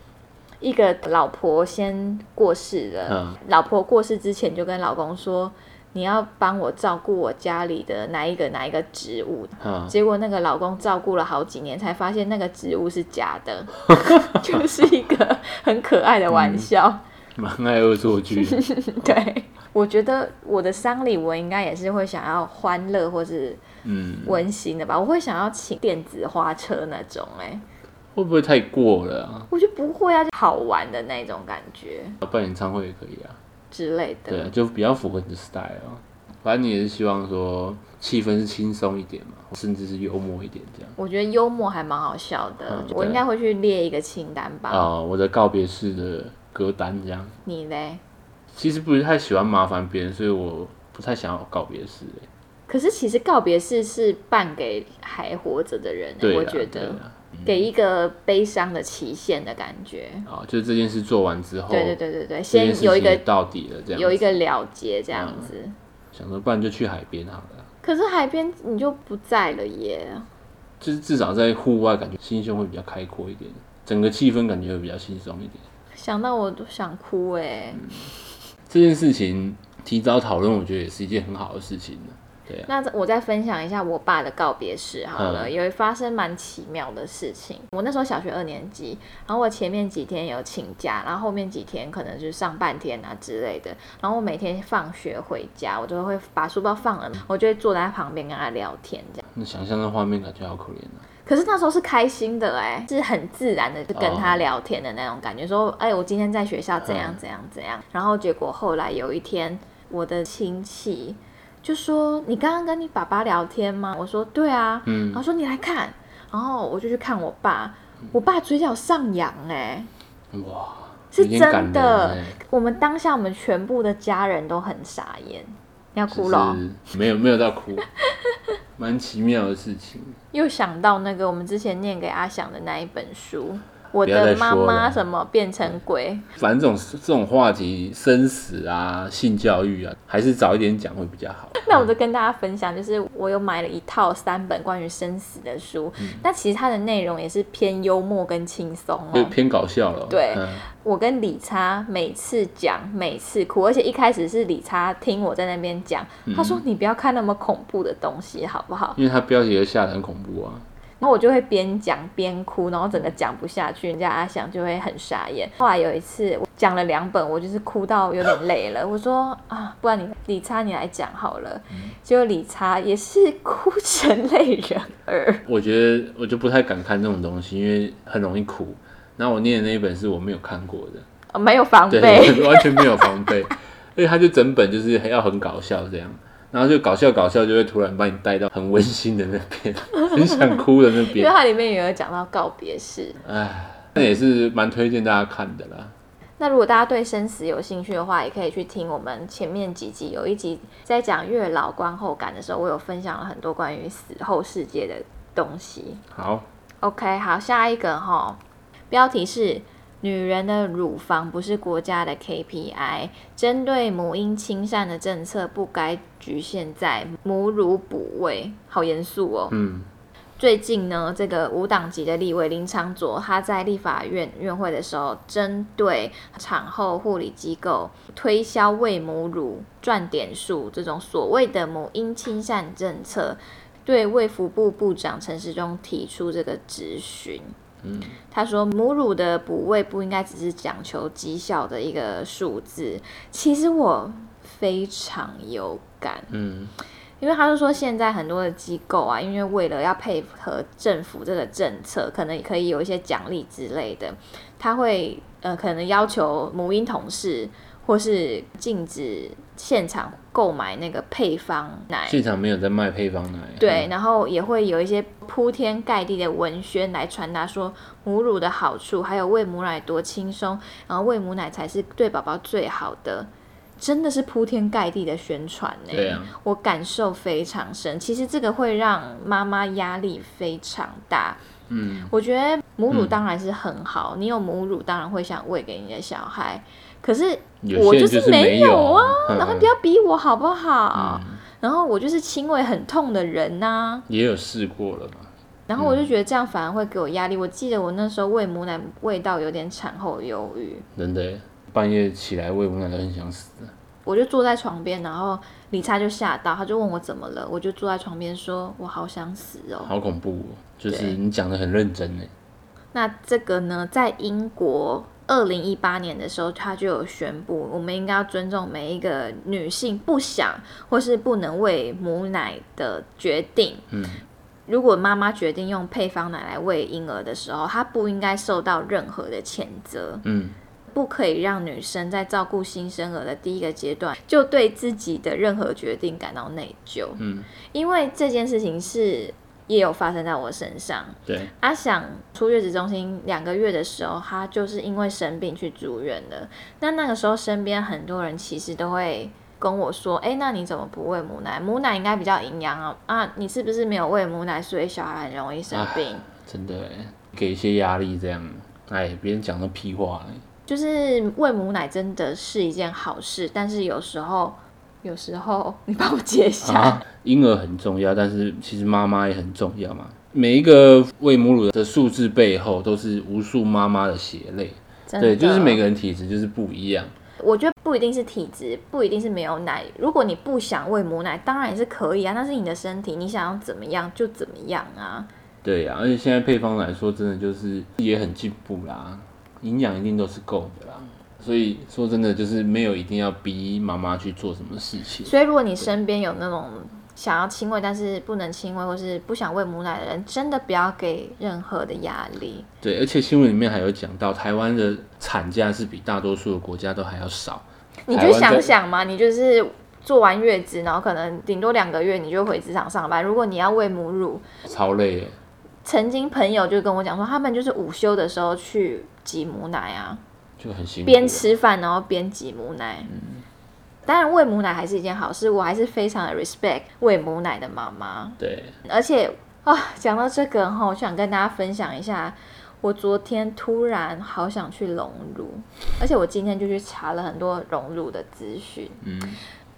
[SPEAKER 1] 一个老婆先过世了，
[SPEAKER 3] 嗯
[SPEAKER 1] 老婆过世之前就跟老公说，你要帮我照顾我家里的哪一个哪一个植物。
[SPEAKER 3] 嗯，
[SPEAKER 1] 结果那个老公照顾了好几年，才发现那个植物是假的， 就是一个很可爱的玩笑。
[SPEAKER 3] 蛮爱恶作 剧的。
[SPEAKER 1] 对，我觉得我的丧礼我应该也是会想要欢乐或是
[SPEAKER 3] 嗯，
[SPEAKER 1] 温馨的吧，我会想要请电子花车那种、哎，
[SPEAKER 3] 会不会太过了啊？
[SPEAKER 1] 我觉得不会啊，就好玩的那种感觉
[SPEAKER 3] 办演唱会也可以啊。
[SPEAKER 1] 之类
[SPEAKER 3] 对啊
[SPEAKER 1] 的。，
[SPEAKER 3] 就比较符合你的 style 啊。反正你也是希望说气氛是轻松一点嘛，甚至是幽默一点这样。
[SPEAKER 1] 我觉得幽默还蛮好笑的，
[SPEAKER 3] 嗯
[SPEAKER 1] 我
[SPEAKER 3] 对
[SPEAKER 1] 应该会去列一个清单吧。
[SPEAKER 3] 啊、我的告别式的歌单这样。
[SPEAKER 1] 你嘞？
[SPEAKER 3] 其实不是太喜欢麻烦别人，所以我不太想要告别式、欸。
[SPEAKER 1] 可是其实告别式是办给还活着的人、
[SPEAKER 3] 对
[SPEAKER 1] 我
[SPEAKER 3] 啦
[SPEAKER 1] 觉
[SPEAKER 3] 对啊嗯
[SPEAKER 1] 得
[SPEAKER 3] 啦
[SPEAKER 1] 给一个悲伤的期限的感觉。
[SPEAKER 3] 啊、就是这件事做完之后，
[SPEAKER 1] 对对对对对，
[SPEAKER 3] 哦这件
[SPEAKER 1] 先
[SPEAKER 3] 事
[SPEAKER 1] 有一
[SPEAKER 3] 情
[SPEAKER 1] 个
[SPEAKER 3] 到底了这样子。
[SPEAKER 1] 有一个了结这样
[SPEAKER 3] 嗯
[SPEAKER 1] 子。
[SPEAKER 3] 想说，不然就去海边好了。
[SPEAKER 1] 可是海边你就不在了耶，
[SPEAKER 3] 就是至少在户外，感觉心胸会比较开阔一点，整个气氛感觉会比较轻松一点。
[SPEAKER 1] 想到我都想哭哎。
[SPEAKER 3] 这件事情提早讨论，我觉得也是一件很好的事情呢。对啊，
[SPEAKER 1] 那我再分享一下我爸的告别式好了，
[SPEAKER 3] 嗯
[SPEAKER 1] 有发生蛮奇妙的事情。我那时候小学二年级，然后我前面几天有请假，然后后面几天可能就是上半天啊之类的。然后我每天放学回家，我就会把书包放了，我就会坐在他旁边跟他聊天这样。
[SPEAKER 3] 那想象的画面感觉好可怜啊。
[SPEAKER 1] 可是那时候是开心的哎、是很自然的就跟他聊天的那种感觉，说
[SPEAKER 3] 哦
[SPEAKER 1] 哎、我今天在学校怎样
[SPEAKER 3] 嗯
[SPEAKER 1] 怎样怎样。然后结果后来有一天，我的亲戚就说：“你刚刚跟你爸爸聊天吗？”我说：“对啊。”
[SPEAKER 3] 嗯
[SPEAKER 1] 然后说：“你来看。”然后我就去看我爸，我爸嘴角上扬哎、
[SPEAKER 3] 哇，
[SPEAKER 1] 是
[SPEAKER 3] 有点
[SPEAKER 1] 真
[SPEAKER 3] 感人
[SPEAKER 1] 的
[SPEAKER 3] 欸。
[SPEAKER 1] 我们当下我们全部的家人都很傻眼，你要哭了哦、
[SPEAKER 3] 就是没有没有到哭， 蛮奇妙的事情。
[SPEAKER 1] 又想到那个我们之前念给阿翔的那一本书，我
[SPEAKER 3] 不要
[SPEAKER 1] 的
[SPEAKER 3] 再
[SPEAKER 1] 妈
[SPEAKER 3] 说
[SPEAKER 1] 妈
[SPEAKER 3] 了
[SPEAKER 1] 什么变成鬼，
[SPEAKER 3] 反正这种这种话题，生死啊、性教育啊，还是早一点讲会比较好。
[SPEAKER 1] 那我就跟大家分享，就是我有买了一套三本关于生死的书，那其实它的内容也是偏幽默跟轻松
[SPEAKER 3] 就
[SPEAKER 1] 哦。
[SPEAKER 3] 偏搞笑了。
[SPEAKER 1] 对
[SPEAKER 3] 嗯
[SPEAKER 1] 我跟理查每次讲，每次哭，而且一开始是理查听我在那边讲，他说你不要看那么恐怖的东西好不好？
[SPEAKER 3] 因为它标题也吓得很恐怖啊。
[SPEAKER 1] 然后我就会边讲边哭，然后整个讲不下去，人家阿翔就会很傻眼。后来有一次我讲了两本，我就是哭到有点累了，我说啊，不然你理查你来讲好了。
[SPEAKER 3] 嗯
[SPEAKER 1] 结果理查也是哭成泪人儿，
[SPEAKER 3] 我觉得我就不太敢看这种东西，因为很容易哭。然后我念的那一本是我没有看过的，
[SPEAKER 1] 哦没有防
[SPEAKER 3] 对，
[SPEAKER 1] 备。
[SPEAKER 3] 完全没有防备，因为它就整本就是要很搞笑这样，然后就搞笑搞笑就会突然把你带到很温馨的那边， 很想哭的那
[SPEAKER 1] 因为
[SPEAKER 3] 边，
[SPEAKER 1] 它里面也有讲到告别式。
[SPEAKER 3] 唉，那也是蛮推荐大家看的啦。
[SPEAKER 1] 那如果大家对生死有兴趣的话，也可以去听我们前面几集，有一集在讲月老观后感的时候，我有分享了很多关于死后世界的东西。
[SPEAKER 3] 好，
[SPEAKER 1] OK，好，下一个哈，标题是“女人的乳房不是国家的 KPI”，针对母婴亲善的政策不该局限在母乳哺喂，好严肃哦。
[SPEAKER 3] 嗯，
[SPEAKER 1] 最近呢，这个无党籍的立委林长佐，他在立法院院会的时候，针对产后护理机构推销喂母乳赚点数这种所谓的母婴亲善政策，对卫福部部长陈时中提出这个质询。他说，母乳的补喂不应该只是讲求绩效的一个数字。其实我非常有感，
[SPEAKER 3] 嗯，
[SPEAKER 1] 因为他就说现在很多的机构啊，因为为了要配合政府这个政策，可能也可以有一些奖励之类的，他会呃可能要求母婴同事或是禁止现场购买那个配方奶。
[SPEAKER 3] 现场没有在卖配方哎奶，
[SPEAKER 1] 对，，然后也会有一些铺天盖地的文宣来传达说母乳的好处，还有喂母奶多轻松，然后喂母奶才是对宝宝最好的，真的是铺天盖地的宣传欸呢、
[SPEAKER 3] 对啊
[SPEAKER 1] 我感受非常深。其实这个会让妈妈压力非常大。
[SPEAKER 3] 嗯，
[SPEAKER 1] 我觉得母乳当然是很好，你有母乳当然会想喂给你的小孩，可是
[SPEAKER 3] 有
[SPEAKER 1] 我
[SPEAKER 3] 些人
[SPEAKER 1] 是
[SPEAKER 3] 就是
[SPEAKER 1] 没
[SPEAKER 3] 没
[SPEAKER 1] 有
[SPEAKER 3] 有
[SPEAKER 1] 啊，
[SPEAKER 3] 嗯
[SPEAKER 1] 然后你不要逼我好不好？
[SPEAKER 3] 嗯
[SPEAKER 1] 然后我就是轻微很痛的人呐、
[SPEAKER 3] 也有试过了嘛，
[SPEAKER 1] 然后我就觉得这样反而会给我压力。我记得我那时候喂母奶喂到有点产后忧郁，
[SPEAKER 3] 真的耶半夜起来喂母奶都很想死啊的。
[SPEAKER 1] 我就坐在床边，然后李查就吓到，他就问我怎么了，我就坐在床边说：“我好想死哦。
[SPEAKER 3] 好恐怖、哦，就是
[SPEAKER 1] 对
[SPEAKER 3] 你讲的很认真呢。”欸
[SPEAKER 1] 那这个呢，在英国二零一八年的时候，他就有宣布，我们应该要尊重每一个女性不想或是不能喂母奶的决定。
[SPEAKER 3] 嗯，
[SPEAKER 1] 如果妈妈决定用配方奶来喂婴儿的时候，她不应该受到任何的谴责。
[SPEAKER 3] 嗯，
[SPEAKER 1] 不可以让女生在照顾新生儿的第一个阶段就对自己的任何决定感到内疚。
[SPEAKER 3] 嗯，
[SPEAKER 1] 因为这件事情是也有发生在我身上。
[SPEAKER 3] 对，
[SPEAKER 1] 阿啊想出月子中心两个月的时候，她就是因为生病去住院了。那那个时候，身边很多人其实都会跟我说：“哎、那你怎么不喂母奶？母奶应该比较营养啊！啊，你是不是没有喂母奶，所以小孩很容易生病？”
[SPEAKER 3] 真的耶给一些压力这样，哎，别人讲的屁话欸耶，
[SPEAKER 1] 就是喂母奶真的是一件好事，但是有时候，有时候你帮我接一下。
[SPEAKER 3] 啊，婴儿很重要，但是其实妈妈也很重要嘛。每一个喂母乳的数字背后，都是无数妈妈的血泪。
[SPEAKER 1] 真的
[SPEAKER 3] 对，就是每个，人体质就是不一样。
[SPEAKER 1] 我觉得不一定是体质，不一定是没有奶。如果你不想喂母奶，当然也是可以啊，那是你的身体，你想要怎么样就怎么样啊。
[SPEAKER 3] 对呀、而且现在配方来说，真的就是也很进步啦，营养一定都是够的啦。所以说真的，就是没有一定要逼妈妈去做什么事情。
[SPEAKER 1] 所以如果你身边有那种想要亲喂但是不能亲喂，或是不想喂母奶的人，真的不要给任何的压力。
[SPEAKER 3] 对，而且新闻里面还有讲到，台湾的产假是比大多数的国家都还要少。
[SPEAKER 1] 你
[SPEAKER 3] 台
[SPEAKER 1] 就
[SPEAKER 3] 湾在
[SPEAKER 1] 想想嘛，你就是做完月子，然后可能顶多两个月你就回职场上班。如果你要喂母乳，
[SPEAKER 3] 超累耶，
[SPEAKER 1] 曾经朋友就跟我讲说，他们就是午休的时候去挤母奶啊，
[SPEAKER 3] 就很辛苦。
[SPEAKER 1] 边，吃饭然后边挤母奶。当然，喂母奶还是一件好事，我还是非常的 respect 喂母奶的妈妈。
[SPEAKER 3] 对，
[SPEAKER 1] 而且啊，讲到这个哈，我想跟大家分享一下，我昨天突然好想去隆乳，而且我今天就去查了很多隆乳的资讯。
[SPEAKER 3] 嗯，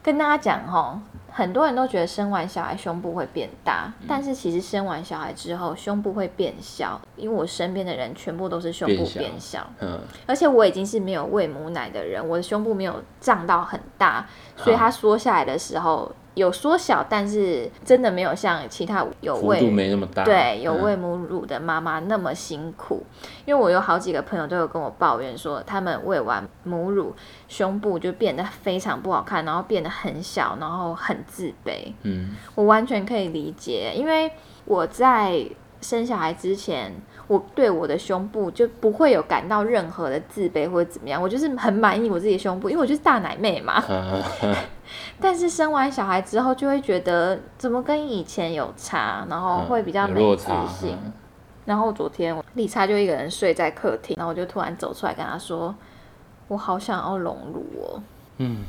[SPEAKER 1] 跟大家讲哈，很多人都觉得生完小孩胸部会变大，
[SPEAKER 3] 嗯
[SPEAKER 1] 但是其实生完小孩之后胸部会变小，因为我身边的人全部都是胸部
[SPEAKER 3] 变小
[SPEAKER 1] 变小，
[SPEAKER 3] 嗯，
[SPEAKER 1] 而且我已经是没有喂母奶的人，我的胸部没有胀到很大，所以
[SPEAKER 3] 啊
[SPEAKER 1] 它缩下来的时候有缩小，但是真的没有像其他有
[SPEAKER 3] 幅度
[SPEAKER 1] 喂。
[SPEAKER 3] 没那么大。
[SPEAKER 1] 对，有
[SPEAKER 3] 嗯
[SPEAKER 1] 喂母乳的妈妈那么辛苦，因为我有好几个朋友都有跟我抱怨说，他们喂完母乳，胸部就变得非常不好看，然后变得很小，然后很自卑。
[SPEAKER 3] 嗯，
[SPEAKER 1] 我完全可以理解，因为我在生小孩之前，我对我的胸部就不会有感到任何的自卑或者怎么样，我就是很满意我自己的胸部，因为我就是大奶妹嘛。
[SPEAKER 3] 嗯，
[SPEAKER 1] 但是生完小孩之后，就会觉得怎么跟以前有差，然后会比较
[SPEAKER 3] 有
[SPEAKER 1] 没
[SPEAKER 3] 落
[SPEAKER 1] 自
[SPEAKER 3] 差。
[SPEAKER 1] 信。
[SPEAKER 3] 嗯
[SPEAKER 1] 然后昨天我丽莎就一个人睡在客厅，然后我就突然走出来跟她说：“我好想要隆乳哦，
[SPEAKER 3] 嗯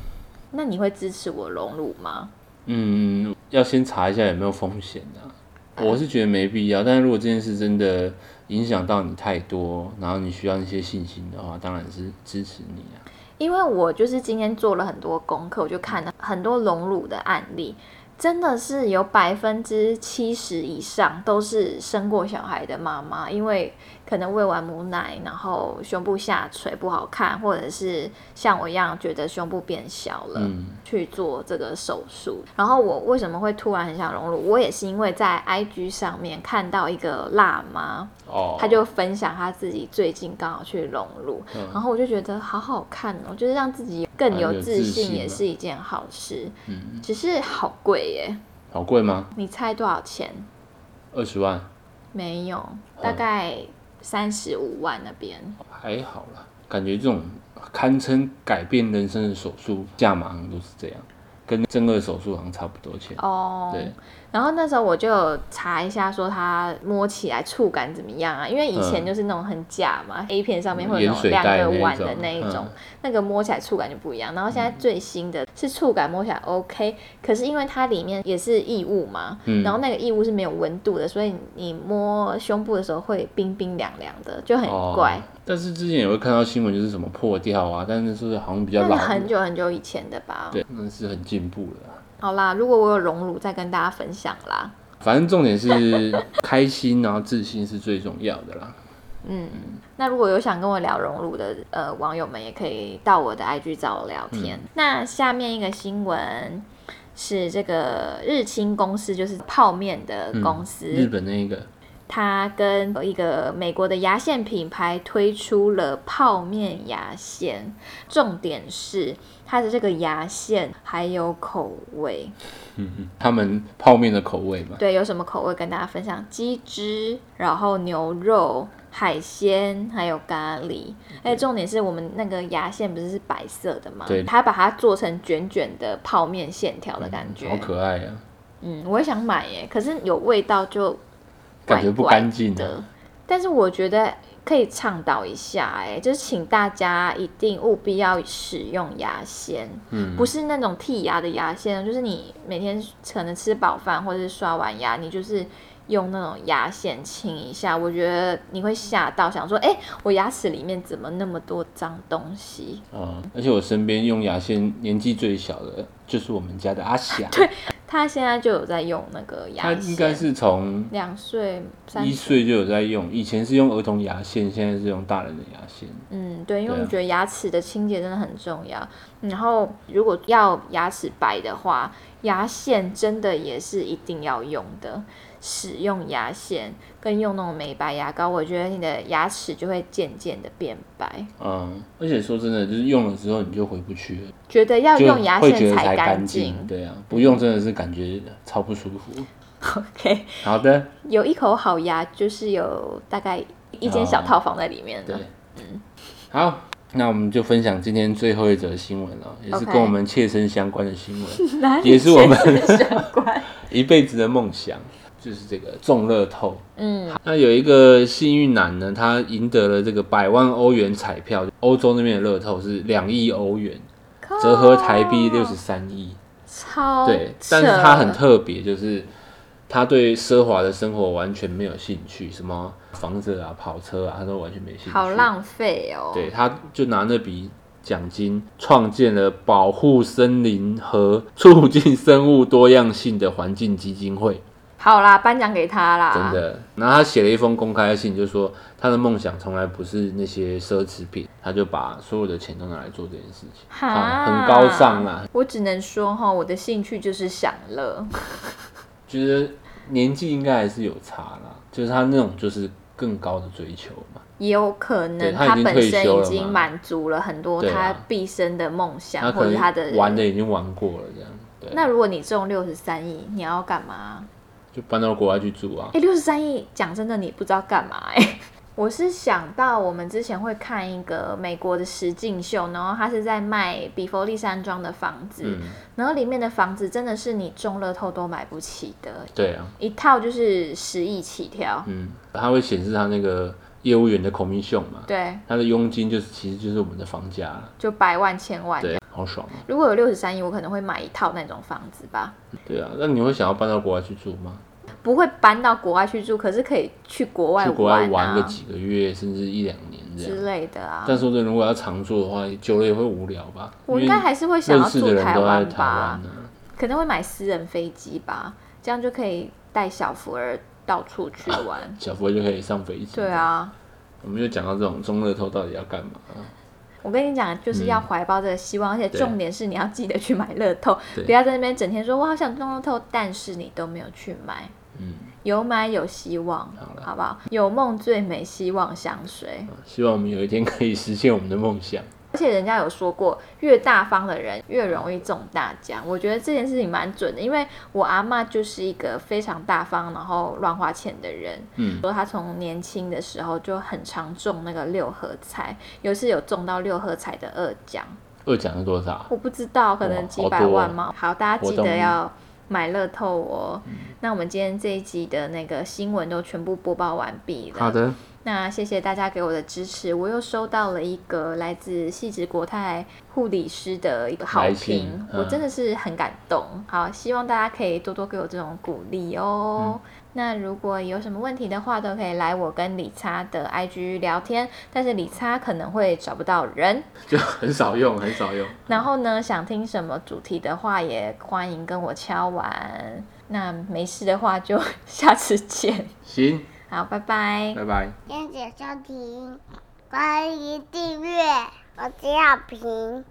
[SPEAKER 1] 那你会支持我隆乳吗
[SPEAKER 3] 嗯，要先查一下有没有风险啊。我是觉得没必要，但是如果这件事真的影响到你太多，然后你需要那些信心的话，当然是支持你啊。？”
[SPEAKER 1] 因为我就是今天做了很多功课，我就看了很多隆乳的案例，真的是有百分之七十以上都是生过小孩的妈妈，因为可能喂完母奶，然后胸部下垂不好看，或者是像我一样觉得胸部变小了。
[SPEAKER 3] 嗯，
[SPEAKER 1] 去做这个手术。然后我为什么会突然很想隆乳？我也是因为在 IG 上面看到一个辣妈，
[SPEAKER 3] 哦，
[SPEAKER 1] 她就分享她自己最近刚好去隆乳，然后我就觉得好好看哦，就是让自己更嗯有自信也是一件好事。
[SPEAKER 3] 嗯，
[SPEAKER 1] 只是好贵耶，
[SPEAKER 3] 好贵吗？
[SPEAKER 1] 你猜多少钱？
[SPEAKER 3] 二十万
[SPEAKER 1] 没有，大概三十五万那边。
[SPEAKER 3] 还好啦，感觉这种堪称改变人生的手术价码好像都是这样，跟正颌手术好像差不多钱。
[SPEAKER 1] 哦，
[SPEAKER 3] 对，
[SPEAKER 1] 然后那时候我就有查一下，说它摸起来触感怎么样啊？因为以前
[SPEAKER 3] 嗯
[SPEAKER 1] 就是那种很假嘛、a 片上面会有
[SPEAKER 3] 盐
[SPEAKER 1] 那种
[SPEAKER 3] 水
[SPEAKER 1] 两
[SPEAKER 3] 袋
[SPEAKER 1] 个
[SPEAKER 3] 那一
[SPEAKER 1] 碗的
[SPEAKER 3] 种
[SPEAKER 1] 那一
[SPEAKER 3] 嗯
[SPEAKER 1] 种，那个摸起来触感就不一样。然后现在最新的是触感摸起来 OK，、可是因为它里面也是异物嘛，
[SPEAKER 3] 嗯
[SPEAKER 1] 然后那个异物是没有温度的，所以你摸胸部的时候会冰冰凉凉的，就很怪。
[SPEAKER 3] 哦。但是之前也会看到新闻，就是什么破掉啊，但是是好像比较
[SPEAKER 1] 那是
[SPEAKER 3] 老，
[SPEAKER 1] 很久很久以前的吧？
[SPEAKER 3] 对，那是很进步了啦。
[SPEAKER 1] 好啦，如果我有荣辱，再跟大家分享啦。
[SPEAKER 3] 反正重点是开心，然后自信是最重要的啦。
[SPEAKER 1] 那如果有想跟我聊荣辱的呃网友们，也可以到我的 IG 找我聊天。
[SPEAKER 3] 嗯
[SPEAKER 1] 那下面一个新闻是这个日清公司，就是泡面的
[SPEAKER 3] 嗯
[SPEAKER 1] 公司，
[SPEAKER 3] 日本那一个，
[SPEAKER 1] 它跟一个美国的牙线品牌推出了泡面牙线，重点是它的这个牙线还有口味，
[SPEAKER 3] 嗯嗯，他们泡面的口味嘛，
[SPEAKER 1] 对，有什么口味跟大家分享？鸡汁，然后牛肉、海鲜，还有咖喱。哎，重点是我们那个牙线不是是白色的吗？
[SPEAKER 3] 对嗯
[SPEAKER 1] 它把它做成卷卷的泡面线条的感觉。
[SPEAKER 3] 好可爱啊，
[SPEAKER 1] 嗯，我也想买耶，可是有味道就
[SPEAKER 3] 感觉不
[SPEAKER 1] 怪怪
[SPEAKER 3] 干净啊
[SPEAKER 1] 的。但是我觉得可以倡导一下，哎，就是请大家一定务必要使用牙线，
[SPEAKER 3] 嗯
[SPEAKER 1] 不是那种剔牙的牙线，哦就是你每天可能吃饱饭或者是刷完牙，你就是。用那种牙线清一下，我觉得你会吓到，想说，哎、我牙齿里面怎么那么多脏东西？
[SPEAKER 3] 啊、而且我身边用牙线年纪最小的就是我们家的 阿霞，
[SPEAKER 1] 他现在就有在用那个牙
[SPEAKER 3] 她
[SPEAKER 1] 线，
[SPEAKER 3] 应该是从
[SPEAKER 1] 两岁、三
[SPEAKER 3] 一岁就有在用，以前是用儿童牙线，现在是用大人的牙线。
[SPEAKER 1] 嗯，对，因为
[SPEAKER 3] 对啊
[SPEAKER 1] 我觉得牙齿的清洁真的很重要。嗯然后，如果要牙齿白的话，牙线真的也是一定要用的。使用牙线跟用那种美白牙膏，我觉得你的牙齿就会渐渐的变白。
[SPEAKER 3] 嗯，而且说真的，就是用了之后你就回不去了，
[SPEAKER 1] 觉得要
[SPEAKER 3] 就
[SPEAKER 1] 用牙
[SPEAKER 3] 会觉
[SPEAKER 1] 线
[SPEAKER 3] 得才
[SPEAKER 1] 干
[SPEAKER 3] 净。对啊，不用真的是感觉超不舒服。
[SPEAKER 1] OK，
[SPEAKER 3] 好的，
[SPEAKER 1] 有一口好牙，就是有大概一间小
[SPEAKER 3] 哦
[SPEAKER 1] 套房在里面
[SPEAKER 3] 对
[SPEAKER 1] 的。，
[SPEAKER 3] 好，那我们就分享今天最后一则新闻了，也是
[SPEAKER 1] OK
[SPEAKER 3] 跟我们切身相关的新 闻，
[SPEAKER 1] 哪里
[SPEAKER 3] 也是我们
[SPEAKER 1] 切身相关。
[SPEAKER 3] 一辈子的梦想就是这个中乐透。
[SPEAKER 1] 嗯，
[SPEAKER 3] 那有一个幸运男呢，他赢得了这个百万欧元彩票，欧洲那边的乐透是两亿欧元， 折合台币六十，三亿。
[SPEAKER 1] 超
[SPEAKER 3] 对，但是
[SPEAKER 1] 哦扯
[SPEAKER 3] 他很特别，就是他对奢华的生活完全没有兴趣，什么房子啊、跑车啊，他都完全没兴趣。
[SPEAKER 1] 好浪费哦。
[SPEAKER 3] 对，他就拿那笔奖金创建了保护森林和促进生物多样性的环境基金会，
[SPEAKER 1] 好啦，颁奖给他啦。
[SPEAKER 3] 真。的。然后他写了一封公开信，就说他的梦想从来不是那些奢侈品，他就把所有的钱都拿来做这件事情，
[SPEAKER 1] 哈
[SPEAKER 3] 啊很高尚啊，
[SPEAKER 1] 我只能说哈，我的兴趣就是享乐。
[SPEAKER 3] 觉得年纪应该还是有差啦，就是他那种就是更高的追求嘛。
[SPEAKER 1] 也有可
[SPEAKER 3] 对
[SPEAKER 1] 能
[SPEAKER 3] 他已经
[SPEAKER 1] 本
[SPEAKER 3] 退
[SPEAKER 1] 身
[SPEAKER 3] 休了
[SPEAKER 1] 已
[SPEAKER 3] 嘛
[SPEAKER 1] 经满足了很多
[SPEAKER 3] 对
[SPEAKER 1] 他
[SPEAKER 3] 啊
[SPEAKER 1] 毕生的梦想，
[SPEAKER 3] 他
[SPEAKER 1] 或
[SPEAKER 3] 可
[SPEAKER 1] 者
[SPEAKER 3] 能
[SPEAKER 1] 他的
[SPEAKER 3] 玩的已经玩过了，这样对，
[SPEAKER 1] 那如果你中六十三亿，你要干嘛？
[SPEAKER 3] 就搬到国外去住啊
[SPEAKER 1] 哎、。六十三亿，讲真的，你不知道干嘛哎、 我是想到我们之前会看一个美国的实境秀，然后他是在卖比佛利山庄的房子，
[SPEAKER 3] 嗯，
[SPEAKER 1] 然后里面的房子真的是你中乐透都买不起的，
[SPEAKER 3] 对啊。
[SPEAKER 1] 一套就是十亿起跳。
[SPEAKER 3] 嗯，它会显示它那个业务员的 commission 嘛，
[SPEAKER 1] 对，
[SPEAKER 3] 它的佣金就是其实就是我们的房价啦，
[SPEAKER 1] 就百万千万。
[SPEAKER 3] 对，好爽啊，
[SPEAKER 1] 如果有六十三亿，我可能会买一套那种房子吧，
[SPEAKER 3] 对啊，那你会想要搬到国外去住吗？
[SPEAKER 1] 不会搬到国外去住，可是可以去国外
[SPEAKER 3] 去国外玩个
[SPEAKER 1] 啊
[SPEAKER 3] 几个月，甚至一两年这
[SPEAKER 1] 之
[SPEAKER 3] 样。
[SPEAKER 1] 类的啊。
[SPEAKER 3] 但说真的，如果要常住的话，久了也会无聊吧？
[SPEAKER 1] 我应
[SPEAKER 3] 因
[SPEAKER 1] 该
[SPEAKER 3] 为
[SPEAKER 1] 还是会想
[SPEAKER 3] 认
[SPEAKER 1] 要
[SPEAKER 3] 识的
[SPEAKER 1] 住
[SPEAKER 3] 人都在
[SPEAKER 1] 湾
[SPEAKER 3] 台
[SPEAKER 1] 吧
[SPEAKER 3] 湾，啊呢、。
[SPEAKER 1] 可能会买私人飞机吧，这样就可以带小福儿到处去玩
[SPEAKER 3] 小佛就可以上飞机。
[SPEAKER 1] 对，啊，
[SPEAKER 3] 我们就讲到这种中乐透到底要干嘛啊？
[SPEAKER 1] 我跟你讲，就是要怀抱这个希望，而且
[SPEAKER 3] 嗯对
[SPEAKER 1] 重点是你要记得去买乐透，
[SPEAKER 3] 对
[SPEAKER 1] 不要在那边整天说“我好想中乐透”，但是你都没有去买。
[SPEAKER 3] 嗯，
[SPEAKER 1] 有买有希望，
[SPEAKER 3] 好了
[SPEAKER 1] 不好？有梦最美，希望相随。
[SPEAKER 3] 希望我们有一天可以实现我们的梦想。
[SPEAKER 1] 而且人家有说过，越大方的人越容易中大奖。我觉得这件事情蛮准的，因为我阿嬷就是一个非常大方，然后乱花钱的人。
[SPEAKER 3] 嗯，
[SPEAKER 1] 说她从年轻的时候就很常中那个六合彩，有一次有中到六合彩的二奖，
[SPEAKER 3] 二奖是多少？
[SPEAKER 1] 我不知道，可
[SPEAKER 3] 哇
[SPEAKER 1] 能几
[SPEAKER 3] 好
[SPEAKER 1] 百
[SPEAKER 3] 多
[SPEAKER 1] 万
[SPEAKER 3] 哦
[SPEAKER 1] 吗？好，大家
[SPEAKER 3] 我
[SPEAKER 1] 记
[SPEAKER 3] 懂
[SPEAKER 1] 得
[SPEAKER 3] 你
[SPEAKER 1] 要买乐透哦。那我们今天这一集的那个新闻都全部播报完毕了。
[SPEAKER 3] 好的，
[SPEAKER 1] 那谢谢大家给我的支持，我又收到了一个来自细致国泰护理师的一个好
[SPEAKER 3] 来信
[SPEAKER 1] 评，
[SPEAKER 3] 嗯
[SPEAKER 1] 我真的是很感动。好，希望大家可以多多给我这种鼓励哦。
[SPEAKER 3] 嗯
[SPEAKER 1] 那如果有什么问题的话，都可以来我跟李叉的 IG 聊天，但是李叉可能会找不到人。
[SPEAKER 3] 就很少用，很少用。
[SPEAKER 1] 然后呢，想听什么主题的话，也欢迎跟我敲完。那没事的话就 下次见，
[SPEAKER 3] 行，
[SPEAKER 1] 好，拜拜。
[SPEAKER 3] 拜拜。
[SPEAKER 2] 谢谢收听，欢迎订阅，我是小平，